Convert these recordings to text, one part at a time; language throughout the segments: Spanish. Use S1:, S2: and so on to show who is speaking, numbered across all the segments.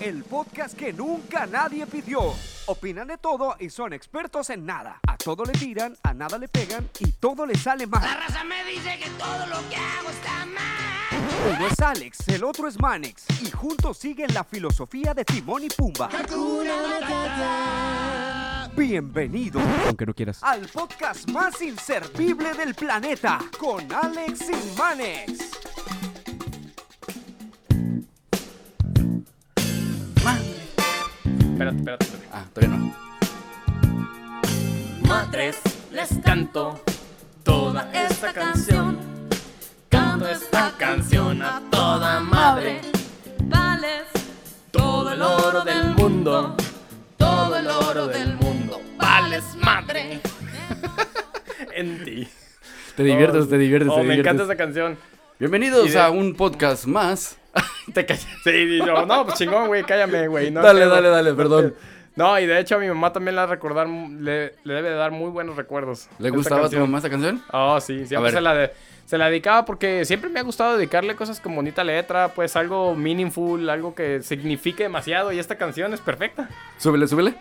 S1: El podcast que nunca nadie pidió. Opinan de todo y son expertos en nada. A todo le tiran, a nada le pegan y todo le sale mal.
S2: La raza me dice que todo lo que hago está mal.
S1: Uno es Alex, el otro es Manex y juntos siguen la filosofía de Timón y Pumba. Bienvenido
S3: Aunque no quieras.
S1: al podcast más inservible del planeta con Alex y Manex.
S4: Espérate, espérate, espérate.
S3: Ah, todavía no.
S5: Madres, les canto toda esta canción. Canto esta canción a toda madre. Vales todo el oro del mundo. Todo el oro del mundo. Vales madre.
S4: En ti.
S3: Te diviertes, te diviertes,
S4: Oh,
S3: te
S4: me
S3: diviertes.
S4: encanta esa canción.
S3: Bienvenidos
S4: Y de-
S3: a un podcast más. te callas.
S4: Sí, y yo, no, pues chingón, güey, cállame, güey. no
S3: Dale,
S4: pedo.
S3: dale, dale,
S4: No
S3: perdón.
S4: pedo. No, y de hecho a mi mamá también la ha de recordar, le, le debe de dar muy buenos recuerdos.
S3: ¿Le
S4: esta
S3: gustaba a tu
S4: canción.
S3: mamá esta canción?
S4: Oh, sí,
S3: A
S4: siempre
S3: ver.
S4: se la, de- se la dedicaba porque siempre me ha gustado dedicarle cosas con bonita letra, pues algo meaningful, algo que signifique demasiado y esta canción es perfecta.
S3: Súbele, súbele.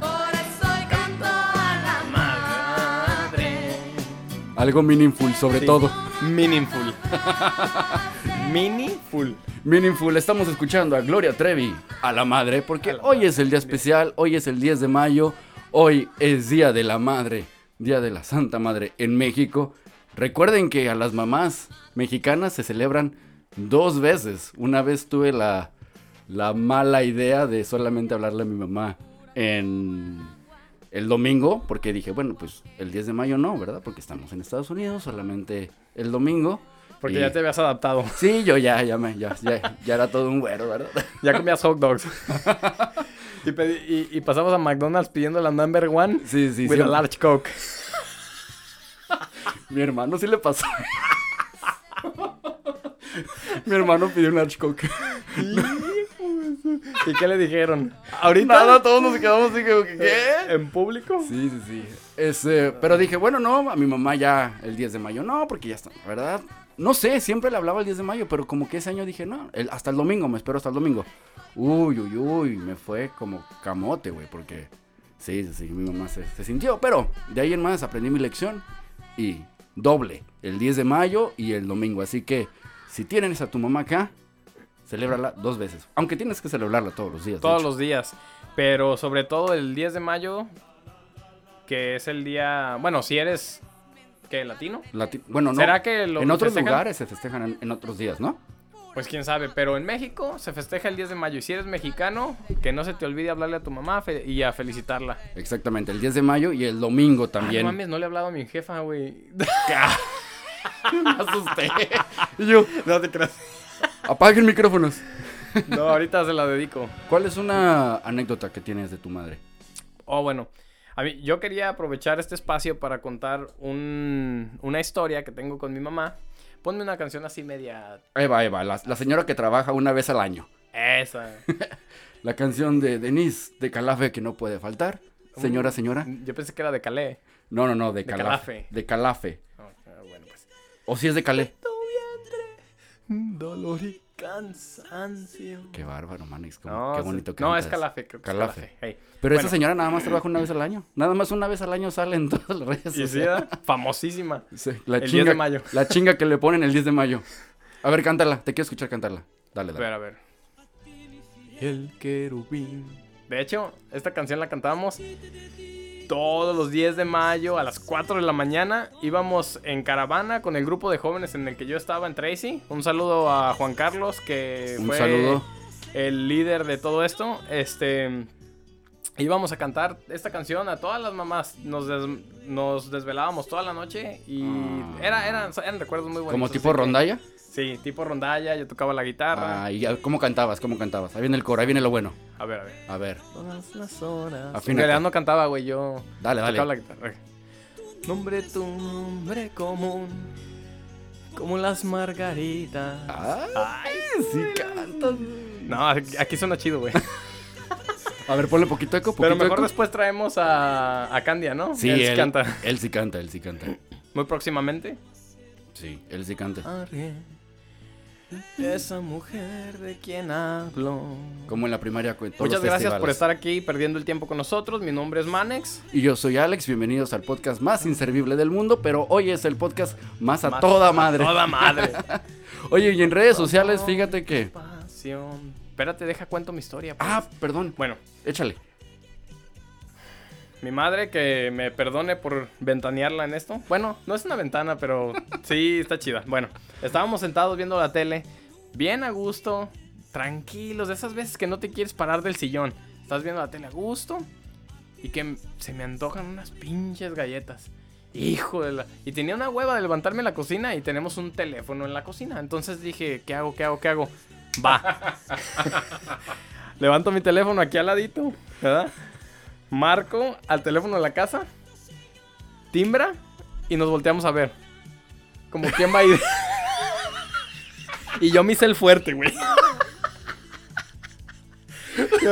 S5: Por eso hoy canto a la madre.
S3: Algo meaningful, sobre
S4: Sí.
S3: todo.
S4: Meaningful. meaningful.
S3: Meaningful, estamos escuchando a Gloria Trevi, a la madre, porque hoy es el día especial, hoy es el 10 de mayo, hoy es Día de la Madre, Día de la Santa Madre en México. Recuerden que a las mamás mexicanas se celebran dos veces. Una vez tuve la, la mala idea de solamente hablarle a mi mamá en el domingo, porque dije, bueno, pues el 10 de mayo no, ¿verdad? Porque estamos en Estados Unidos, solamente el domingo.
S4: Porque
S3: Y-
S4: ya te habías adaptado.
S3: Sí, yo ya, ya me, ya, ya, ya era todo un güero, ¿verdad?
S4: Ya comías hot dogs. y, pedí- y- y pasamos a McDonald's pidiendo la number one
S3: Sí, sí,
S4: with
S3: sí.
S4: a large coke.
S3: Mi hermano sí le pasó. Mi hermano pidió un Arch Coke.
S4: ¿Y qué le dijeron? Ahorita
S3: Nada, todos nos quedamos así como que, ¿qué?
S4: en público.
S3: Sí, sí, sí. Ese, pero dije, bueno, no, a mi mamá ya el 10 de mayo, no, porque ya está, ¿verdad? No sé, siempre le hablaba el 10 de mayo, pero como que ese año dije, no, el- hasta el domingo, me espero hasta el domingo. Uy, uy, uy, me fue como camote, güey, porque sí, sí, sí, mi mamá se, se sintió, pero de ahí en más aprendí mi lección y doble, el 10 de mayo y el domingo. Así que si tienes a tu mamá acá, celébrala dos veces, aunque tienes que celebrarla todos los días. de
S4: Todos
S3: hecho.
S4: los días. Pero sobre todo el 10 de mayo, que es el día. Bueno, si eres. ¿Qué? ¿Latino?
S3: Lati- bueno, no.
S4: ¿Será que lo
S3: en otros
S4: festejan?
S3: lugares se festejan en, en otros días, ¿no?
S4: Pues quién sabe, pero en México se festeja el 10 de mayo. Y si eres mexicano, que no se te olvide hablarle a tu mamá fe- y a felicitarla.
S3: Exactamente, el 10 de mayo y el domingo
S4: Ah,
S3: también.
S4: no mames, no le he hablado a mi jefa, güey.
S3: me asusté. Y yo,
S4: no te creas.
S3: apaguen micrófonos.
S4: No, ahorita se la dedico.
S3: ¿Cuál es una anécdota que tienes de tu madre?
S4: Oh, bueno. A mí, yo quería aprovechar este espacio para contar un- una historia que tengo con mi mamá. Ponme una canción así media...
S3: Eva, Eva, la, la señora que trabaja una vez al año.
S4: Esa.
S3: La canción de Denise de Calafe que no puede faltar. Señora, señora.
S4: Yo pensé que era de Calais.
S3: No, no, no, de
S4: Uh. De
S3: Calafe.
S4: Calafe.
S3: De Calafe.
S4: Ah, bueno, pues.
S3: O si es de Calé.
S4: Mm, Dolor y cansancio.
S3: Qué bárbaro, Manix. cómo-
S4: No,
S3: qué
S4: es-
S3: bonito que
S4: no,
S3: cantas.
S4: es Calafe, creo que es
S3: Calafe.
S4: Calafe. Hey.
S3: Pero
S4: Bueno.
S3: esa señora nada más trabaja una vez al año. Nada más una vez al año sale en todas las redes
S4: Y sí,
S3: sociales.
S4: ¿verdad? famosísima.
S3: Sí, la
S4: El 10
S3: chinga,
S4: de mayo.
S3: La chinga que le ponen el 10 de mayo. A ver, cántala. Te quiero escuchar cantarla. Dale,
S4: A
S3: dale.
S4: ver, a ver. El querubín. De hecho, esta canción la cantábamos todos los 10 de mayo a las 4 de la mañana. Íbamos en caravana con el grupo de jóvenes en el que yo estaba en Tracy. Un saludo a Juan Carlos, que
S3: Un
S4: eh, fue
S3: saludo.
S4: el líder de todo esto. Este. Íbamos a cantar esta canción a todas las mamás. Nos, des- nos desvelábamos toda la noche y
S3: Ah.
S4: era, eran, eran recuerdos muy bonitos.
S3: ¿Como tipo
S4: así que-
S3: rondalla?
S4: Sí, tipo rondalla, yo tocaba la guitarra.
S3: Ah, y ya, ¿Cómo cantabas? ¿Cómo cantabas? Ahí viene el coro, ahí viene lo bueno.
S4: A ver, a ver.
S3: A ver,
S4: Todas las horas. En
S3: Afínate.
S4: realidad no cantaba, güey, yo
S3: dale,
S4: tocaba la
S3: dale.
S4: guitarra. Nombre tu nombre común, como las margaritas.
S3: Ay, sí cantas.
S4: No, aquí aquí suena chido, güey.
S3: A ver, ponle poquito eco, poquito
S4: Pero mejor
S3: eco.
S4: después traemos a, a Candia, ¿no?
S3: Sí,
S4: Él
S3: él,
S4: sí canta.
S3: Él sí canta, él sí canta.
S4: Muy próximamente.
S3: Sí, él sí canta.
S4: Arre. Esa mujer de quien hablo.
S3: Como en la primaria con todos
S4: Muchas
S3: los
S4: gracias por
S3: festivales.
S4: estar aquí perdiendo el tiempo con nosotros. Mi nombre es Manex.
S3: Y yo soy Alex, bienvenidos al podcast más inservible del mundo, pero hoy es el podcast más a
S4: Más-
S3: toda madre.
S4: Toda madre.
S3: Oye, y en redes sociales, fíjate que...
S4: Pasión. Espérate, deja cuento mi historia. pues.
S3: Ah, perdón,
S4: Bueno,
S3: échale.
S4: mi madre que me perdone por ventanearla en esto. Bueno, no es una ventana, pero sí está chida. Bueno, estábamos sentados viendo la tele, bien a gusto, tranquilos, de esas veces que no te quieres parar del sillón. Estás viendo la tele a gusto y que m- se me antojan unas pinches galletas. Hijo de la... Y tenía una hueva de levantarme a la cocina y tenemos un teléfono en la cocina. Entonces dije, ¿qué hago? ¿Qué hago? ¿Qué hago? Va. Levanto mi teléfono aquí al ladito, ¿verdad? Marco al teléfono de la casa, timbra y nos volteamos a ver. Como quién va a ir. y yo me hice el fuerte, güey. Yo,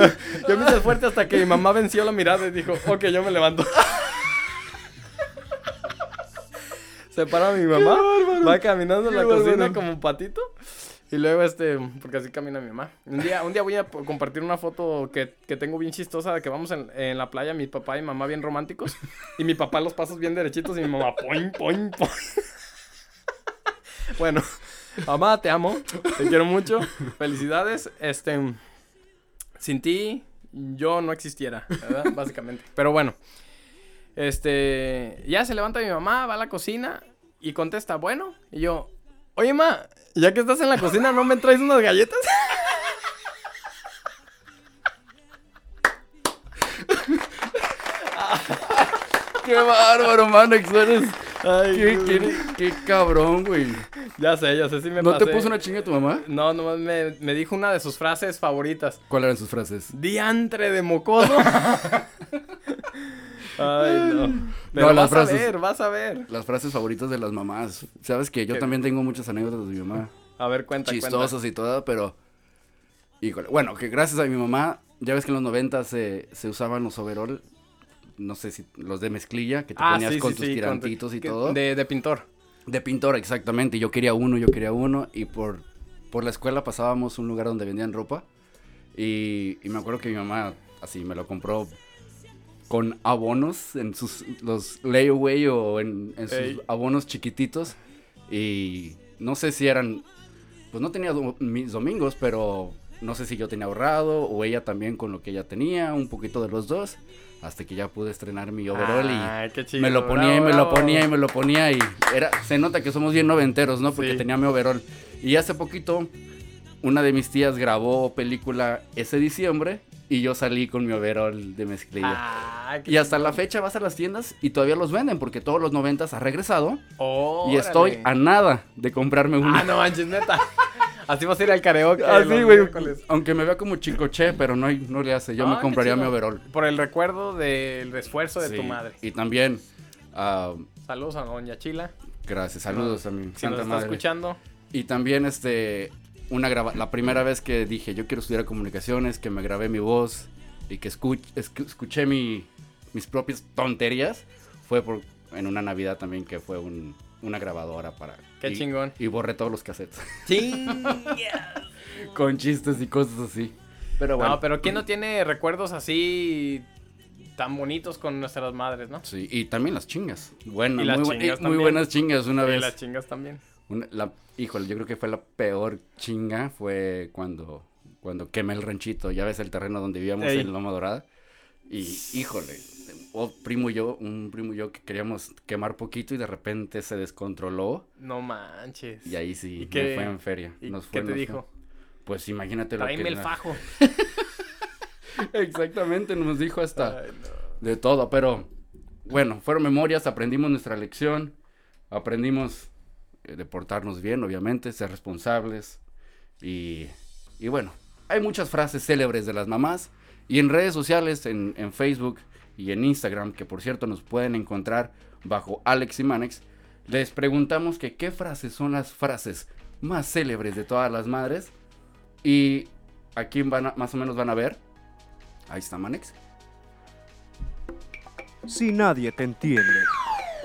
S4: yo me hice el fuerte hasta que mi mamá venció la mirada y dijo, ok, yo me levanto. Se para mi mamá, va caminando en la cocina como patito. Y luego este, porque así camina mi mamá. Un día, un día voy a po- compartir una foto que, que tengo bien chistosa de que vamos en, en la playa, mi papá y mamá bien románticos. Y mi papá los pasos bien derechitos y mi mamá poin, poin, poin. Bueno, mamá, te amo, te quiero mucho. Felicidades. Este, sin ti yo no existiera, ¿verdad? Básicamente. Pero bueno. Este, ya se levanta mi mamá, va a la cocina y contesta, bueno, y yo, oye ma, ya que estás en la cocina, ¿no me traes unas galletas?
S3: ¡Qué bárbaro, Manex! Eres...
S4: Ay,
S3: Qué,
S4: Dios mío.
S3: qué, qué cabrón, güey.
S4: Ya sé, ya sé, sí me
S3: ¿No te
S4: pasé.
S3: puso una chinga tu mamá?
S4: No, nomás me, me dijo una de sus frases favoritas.
S3: ¿Cuáles eran sus frases?
S4: Diantre de mocoso. Ay, no. Pero
S3: No, las
S4: vas
S3: frases.
S4: a ver, vas a ver.
S3: Las frases favoritas de las mamás. Sabes que yo
S4: ¿Qué?
S3: también tengo muchas anécdotas de mi mamá.
S4: A ver, cuenta, cuenta.
S3: chistosas y todo, pero. Híjole. Bueno, que gracias a mi mamá, ya ves que en los 90 se, se usaban los overall. No sé si los de mezclilla, que te
S4: Ah,
S3: ponías
S4: sí,
S3: con
S4: sí,
S3: tus
S4: sí, con tu-
S3: tirantitos y
S4: que-
S3: todo. De...
S4: De, de pintor.
S3: pintor, exactamente. Yo quería uno, yo quería uno. Y por, por la escuela pasábamos a un lugar donde vendían ropa. Y, y me acuerdo que mi mamá así me lo compró con abonos en sus los layaway o en, en sus
S4: Ey.
S3: abonos chiquititos y no sé si eran pues no tenía do- mis domingos pero no sé si yo tenía ahorrado o ella también con lo que ella tenía un poquito de los dos hasta que ya pude estrenar mi overall
S4: Ay, qué
S3: y
S4: chido.
S3: me lo ponía y
S4: bravo,
S3: me lo
S4: bravo.
S3: ponía y me lo ponía y era se nota que somos bien noventeros no porque
S4: Sí.
S3: tenía mi overall y hace poquito una de mis tías grabó película ese diciembre y yo salí con mi overall de mezclilla
S4: Ah, qué
S3: y hasta la fecha vas a las tiendas y todavía los venden porque todos los noventas ha regresado
S4: Órale.
S3: y estoy a nada de comprarme uno.
S4: Ah, no manches, neta. Así vas a ir al karaoke.
S3: Así,
S4: los
S3: güey.
S4: miércoles.
S3: Aunque me vea como chicoche, pero no, hay- no le hace. Yo
S4: pues. Ah,
S3: me
S4: qué
S3: compraría mi
S4: chido.
S3: overall.
S4: Por el recuerdo del esfuerzo de
S3: Sí,
S4: tu madre.
S3: Y también, ah,
S4: Saludos a Doña Chila.
S3: gracias, saludos a mi
S4: Si
S3: santa
S4: nos está
S3: madre.
S4: escuchando.
S3: Y también, este, una graba la primera vez que dije yo quiero estudiar comunicaciones, que me grabé mi voz y que escuch- escu- escuché mi, mis propias tonterías, fue por, en una Navidad también que fue un- una grabadora para.
S4: Qué
S3: y-
S4: chingón.
S3: Y borré todos los cassettes.
S4: Sí.
S3: con chistes y cosas así. Pero bueno.
S4: No, pero ¿quién no tiene recuerdos así tan bonitos con nuestras madres, no?
S3: Sí, y también las chingas. Bueno,
S4: Y las
S3: muy, bu-
S4: chingas
S3: eh, muy
S4: también.
S3: buenas chingas una
S4: Y
S3: vez.
S4: las chingas también.
S3: Una- la, híjole, yo creo que fue la peor chinga fue cuando, cuando quemé el ranchito. Ya ves el terreno donde vivíamos
S4: Ey.
S3: en Loma Dorada. Y híjole, un primo y yo, un primo y yo que queríamos quemar poquito y de repente se descontroló.
S4: No manches.
S3: Y ahí sí,
S4: ¿Y
S3: nos
S4: qué-
S3: fue en feria.
S4: ¿Y
S3: nos fue,
S4: qué te
S3: nos fue.
S4: dijo?
S3: Pues imagínate lo
S4: Tráeme
S3: que
S4: el fajo.
S3: Exactamente, nos dijo hasta.
S4: Ay, no.
S3: De todo, pero bueno, fueron memorias, aprendimos nuestra lección, aprendimos eh, de portarnos bien, obviamente, ser responsables y, y bueno, hay muchas frases célebres de las mamás y en redes sociales, en, en Facebook y en Instagram, que por cierto nos pueden encontrar bajo Alex y Manex, les preguntamos que qué frases son las frases más célebres de todas las madres y a quién van a- más o menos van a ver. Ahí está Manex.
S1: Si nadie te entiende,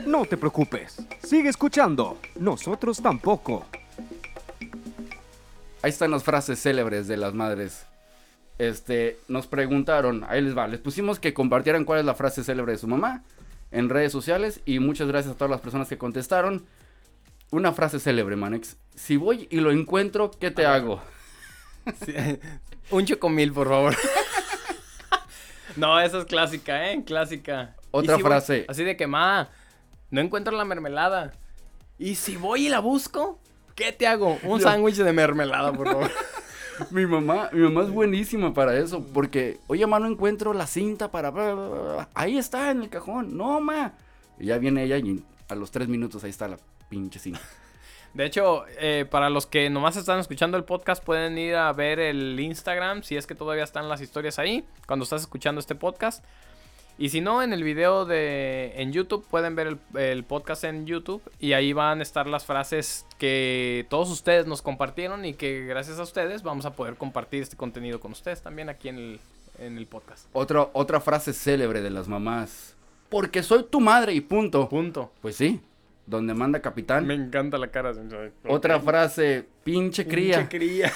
S1: no te preocupes. Sigue escuchando. Nosotros tampoco.
S3: Ahí están las frases célebres de las madres. Este, nos preguntaron, ahí les va, les pusimos que compartieran cuál es la frase célebre de su mamá en redes sociales y muchas gracias a todas las personas que contestaron. Una frase célebre, Manex. Si voy y lo encuentro, ¿qué te hago?
S4: Sí. Un chocomil, por favor. no, esa es clásica, ¿eh? Clásica.
S3: Otra
S4: ¿Y voy-
S3: frase.
S4: así de que, ma, no encuentro la mermelada. ¿Y si voy y la busco? ¿Qué te hago? Un sándwich de mermelada, por favor.
S3: Mi mamá, mi mamá es buenísima para eso, porque, oye, mamá, no encuentro la cinta para... bla, bla, bla, bla". Ahí está, en el cajón. No, ma. Y ya viene ella y a los tres minutos ahí está la pinche cinta.
S4: De hecho, eh, para los que nomás están escuchando el podcast, pueden ir a ver el Instagram, si es que todavía están las historias ahí, cuando estás escuchando este podcast. Y si no, en el video de en YouTube pueden ver el, el podcast en YouTube y ahí van a estar las frases que todos ustedes nos compartieron y que gracias a ustedes vamos a poder compartir este contenido con ustedes también aquí en el, en el podcast.
S3: Otra, otra frase célebre de las mamás. Porque soy tu madre y punto.
S4: Punto.
S3: Pues sí, donde manda capitán.
S4: Me encanta la cara.
S3: Otra frase, pinche cría.
S4: Pinche cría.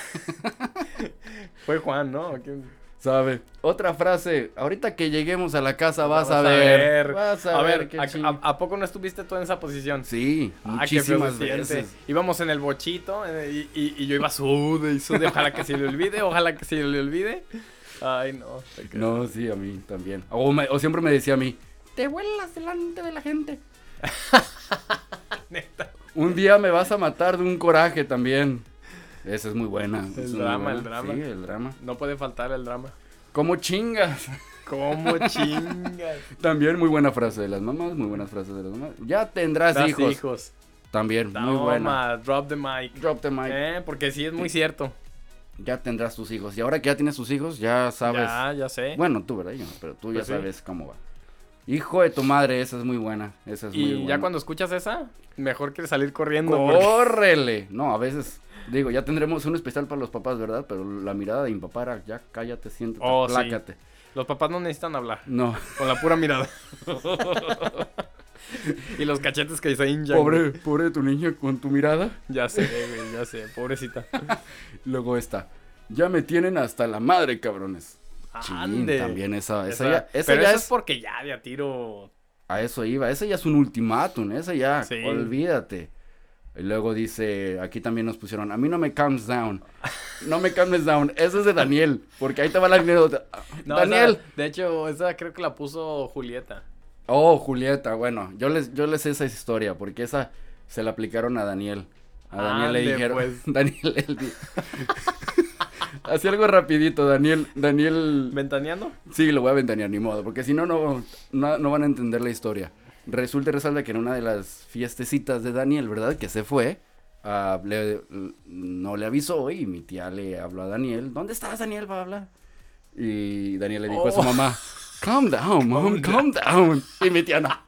S4: Fue Juan, ¿no? ¿Quién?
S3: ¿Sabe? Otra frase, ahorita que lleguemos a la casa vas, a, ver. Vas a, ver. qué
S4: a,
S3: ching-
S4: a- ¿a poco no estuviste tú en esa posición?
S3: Sí,
S4: Ah, qué feo se
S3: muchísimas
S4: siente.
S3: veces.
S4: Íbamos en el bochito eh, y, y- y yo iba sude y sude. Ojalá que se le olvide, ojalá que se le olvide. Ay, no. te creo.
S3: No, sí, a mí también. O, me- o siempre me decía a mí, te vuelas delante de la gente.
S4: Neta.
S3: Un día me vas a matar de un coraje también. Esa es muy buena. es muy
S4: drama, el
S3: buena.
S4: drama.
S3: Sí, el drama.
S4: No puede faltar el drama.
S3: ¿Cómo chingas?
S4: ¿Cómo chingas?
S3: También muy buena frase de las mamás, muy buenas frases de las mamás. Ya tendrás
S4: Das
S3: hijos.
S4: hijos.
S3: También, muy
S4: Toma,
S3: buena.
S4: drop the mic.
S3: Drop the mic.
S4: Eh, porque sí es muy cierto.
S3: Ya tendrás tus hijos. Y ahora que ya tienes tus hijos, ya sabes.
S4: Ya, ya sé.
S3: Bueno, tú, ¿verdad? Yo no, pero tú
S4: Pues sí.
S3: ya sabes cómo va. Hijo de tu madre, esa es muy buena. Esa es muy
S4: y
S3: buena.
S4: ya cuando escuchas esa, mejor que salir corriendo. porque-
S3: ¡Córrele! No, a veces. Digo, ya tendremos un especial para los papás, ¿verdad? Pero la mirada de mi papá era, ya cállate, siéntate,
S4: Oh, sí.
S3: aplácate.
S4: Los papás no necesitan hablar.
S3: No.
S4: Con la pura mirada. y los cachetes que se hinchan.
S3: Pobre, pobre tu niño con tu mirada.
S4: Ya sé, güey, ya sé. Pobrecita.
S3: Luego esta. Ya me tienen hasta la madre, cabrones. Chin,
S4: Ande.
S3: también esa, esa,
S4: Esa-
S3: ya, esa
S4: pero
S3: ya
S4: eso
S3: es,
S4: es... porque ya de a tiro.
S3: a eso iba, esa ya es un ultimátum, esa ya,
S4: Sí.
S3: olvídate. Y luego dice, aquí también nos pusieron, a mí no me calms down, no me calmes down, eso es de Daniel, porque ahí te va la anécdota.
S4: No,
S3: Daniel,
S4: esa- de hecho, esa creo que la puso Julieta.
S3: oh Julieta, bueno, yo les, yo les sé esa historia, porque esa se la aplicaron a Daniel. A Daniel le
S4: Ande,
S3: dijeron,
S4: pues.
S3: Daniel, él di- Así algo rapidito, Daniel, Daniel,
S4: ¿Ventaneando?
S3: Sí, lo voy a ventanear, ni modo, porque si no, no, no, no van a entender la historia. Resulta y resalta que en una de las fiestecitas de Daniel, ¿verdad? Que se fue, ah, le- l- no le avisó y mi tía le habló a Daniel. ¿Dónde estás, Daniel? Bla, bla. Y Daniel le dijo a su
S4: Oh.
S3: mamá, calm down, mom, calm down. Y mi tía, no,
S4: a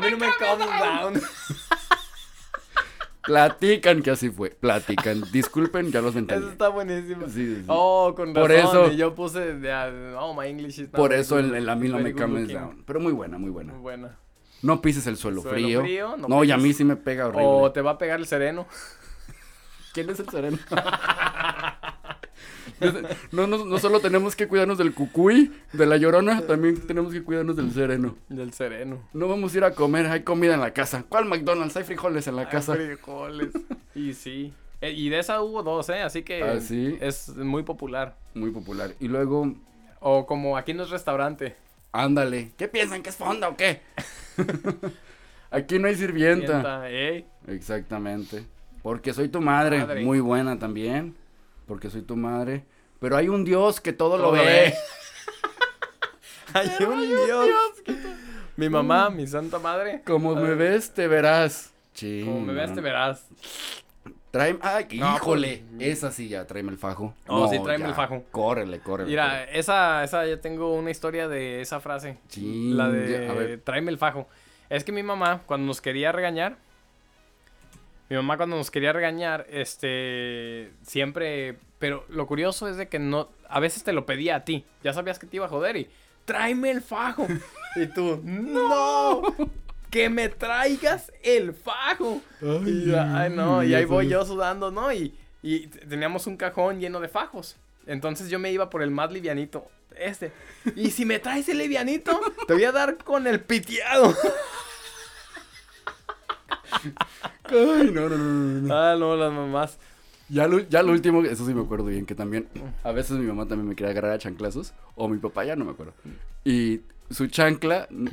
S4: mí no me calm down.
S3: platican que así fue, platican. Disculpen, ya los
S4: Eso
S3: ventaneé.
S4: está buenísimo.
S3: Sí, sí, sí.
S4: Oh, con razón.
S3: Por eso-
S4: y yo puse. de- ah, oh, my English is not
S3: Por
S4: very
S3: eso
S4: good-
S3: en, en la mil no
S4: very
S3: me
S4: good
S3: calmes
S4: looking.
S3: down. Pero muy buena, muy buena.
S4: Muy buena.
S3: No pises el suelo,
S4: Suelo
S3: frío.
S4: frío, no
S3: no, y a mí
S4: pises. Oh,
S3: sí me pega horrible.
S4: O te va a pegar el sereno.
S3: ¿Quién es el sereno? No, no, no solo tenemos que cuidarnos del cucuy, de la llorona, también tenemos que cuidarnos del sereno.
S4: Del sereno.
S3: No vamos a ir a comer, hay comida en la casa. ¿Cuál McDonald's? Hay frijoles en la
S4: Ay,
S3: casa.
S4: frijoles. y sí. Eh, Y de esa hubo dos, ¿eh? Así que
S3: Ah, ¿sí?
S4: es muy popular.
S3: Muy popular. Y luego,
S4: O como aquí no es restaurante.
S3: ándale. ¿Qué piensan? ¿Que es fonda o qué? Aquí no hay sirvienta.
S4: Sienta, ey.
S3: Exactamente. Porque soy tu madre.
S4: Madre.
S3: Muy buena también. Porque soy tu madre. Pero hay un Dios que todo,
S4: Todo
S3: lo
S4: ve.
S3: ve.
S4: Ay, un Dios. Mi mamá, mi santa madre.
S3: Como me ves, te verás. Ching,
S4: Como me ves,
S3: man.
S4: te verás.
S3: Trae, ay,
S4: No,
S3: híjole, esa sí ya, tráeme el fajo.
S4: Oh, sí, tráeme
S3: ya,
S4: el fajo.
S3: Córrele, córrele.
S4: Mira,
S3: córrele.
S4: esa, esa ya tengo una historia de esa frase.
S3: Chin,
S4: la
S3: ya, a
S4: de
S3: ver.
S4: tráeme el fajo. Es que mi mamá, cuando nos quería regañar, mi mamá cuando nos quería regañar, este, siempre, pero lo curioso es de que no, a veces te lo pedía a ti, ya sabías que te iba a joder y, tráeme el fajo. y tú, no, que me ah, traigas el fajo. y, ay, no, y ahí voy yo sudando, ¿no? Y, Y t- teníamos un cajón lleno de fajos. Entonces yo me iba por el más livianito. Este. Y si me traes el livianito, te voy a dar con el piteado. eh.
S3: Ay, no, no, no, no, no.
S4: ah, no, las mamás.
S3: Ya lo, ya lo último, eso sí me acuerdo bien, que también a veces mi mamá también me quería agarrar a chanclazos, o mi papá, ya no me acuerdo. Y su chancla, n-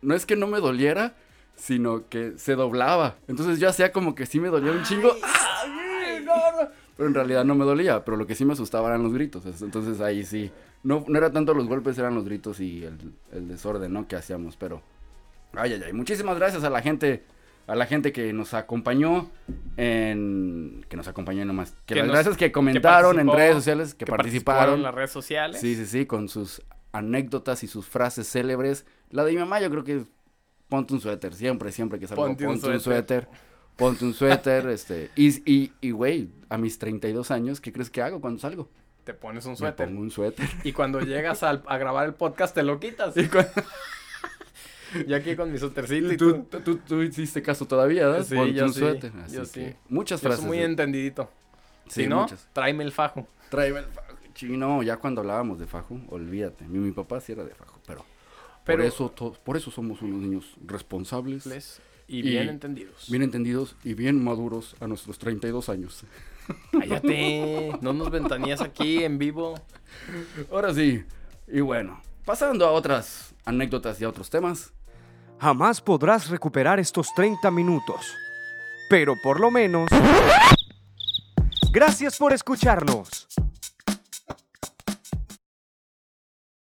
S3: no es que no me doliera, sino que se doblaba. Entonces yo hacía como que sí me dolía un chingo. ¡Ay, no, no! Pero en realidad no me dolía, pero lo que sí me asustaba eran los gritos. es- Entonces ahí sí, no, no era tanto los golpes, eran los gritos y el, el desorden, ¿no? Que hacíamos, pero... Ay, ay, ay. Muchísimas gracias a la gente. A la gente que nos acompañó en. Que nos acompañó nomás. Que,
S4: Que
S3: las
S4: nos-
S3: gracias que
S4: que
S3: comentaron en
S4: participó,
S3: redes sociales, que,
S4: participaron en
S3: participaron.
S4: las redes sociales.
S3: Sí, sí, sí, con sus anécdotas y sus frases célebres. La de mi mamá, yo creo que es, ponte un suéter. Siempre, siempre que salgo, ponte,
S4: Ponte un
S3: un suéter.
S4: suéter.
S3: Ponte un suéter. este. Y, y, y, güey, a mis 32 años, ¿qué crees que hago cuando salgo?
S4: Te pones un
S3: Me
S4: suéter.
S3: pongo un suéter.
S4: Y cuando llegas al- a grabar el podcast, te lo quitas. Y Yo aquí con mi suétercito y
S3: Tú,
S4: tú.
S3: tú, tú hiciste caso todavía, ¿verdad?
S4: Sí,
S3: ponte
S4: yo
S3: un
S4: sí,
S3: suéter. Así
S4: yo
S3: que,
S4: sí.
S3: Muchas
S4: Yo
S3: frases.
S4: soy muy
S3: de-
S4: entendidito.
S3: sí,
S4: si no,
S3: muchas.
S4: tráeme el fajo.
S3: Tráeme el fajo. Chino, ya cuando hablábamos de fajo, olvídate. Mi, mi papá sí era de fajo, pero,
S4: Pero-
S3: por, eso to- por eso somos unos niños responsables,
S4: Y
S3: Y-
S4: bien entendidos.
S3: bien entendidos y bien maduros a nuestros 32 años.
S4: Cállate. No nos ventanías aquí en vivo.
S3: Ahora sí, y bueno, pasando a otras anécdotas y a otros temas.
S1: Jamás podrás recuperar estos 30 minutos. Pero por lo menos... Gracias por escucharnos.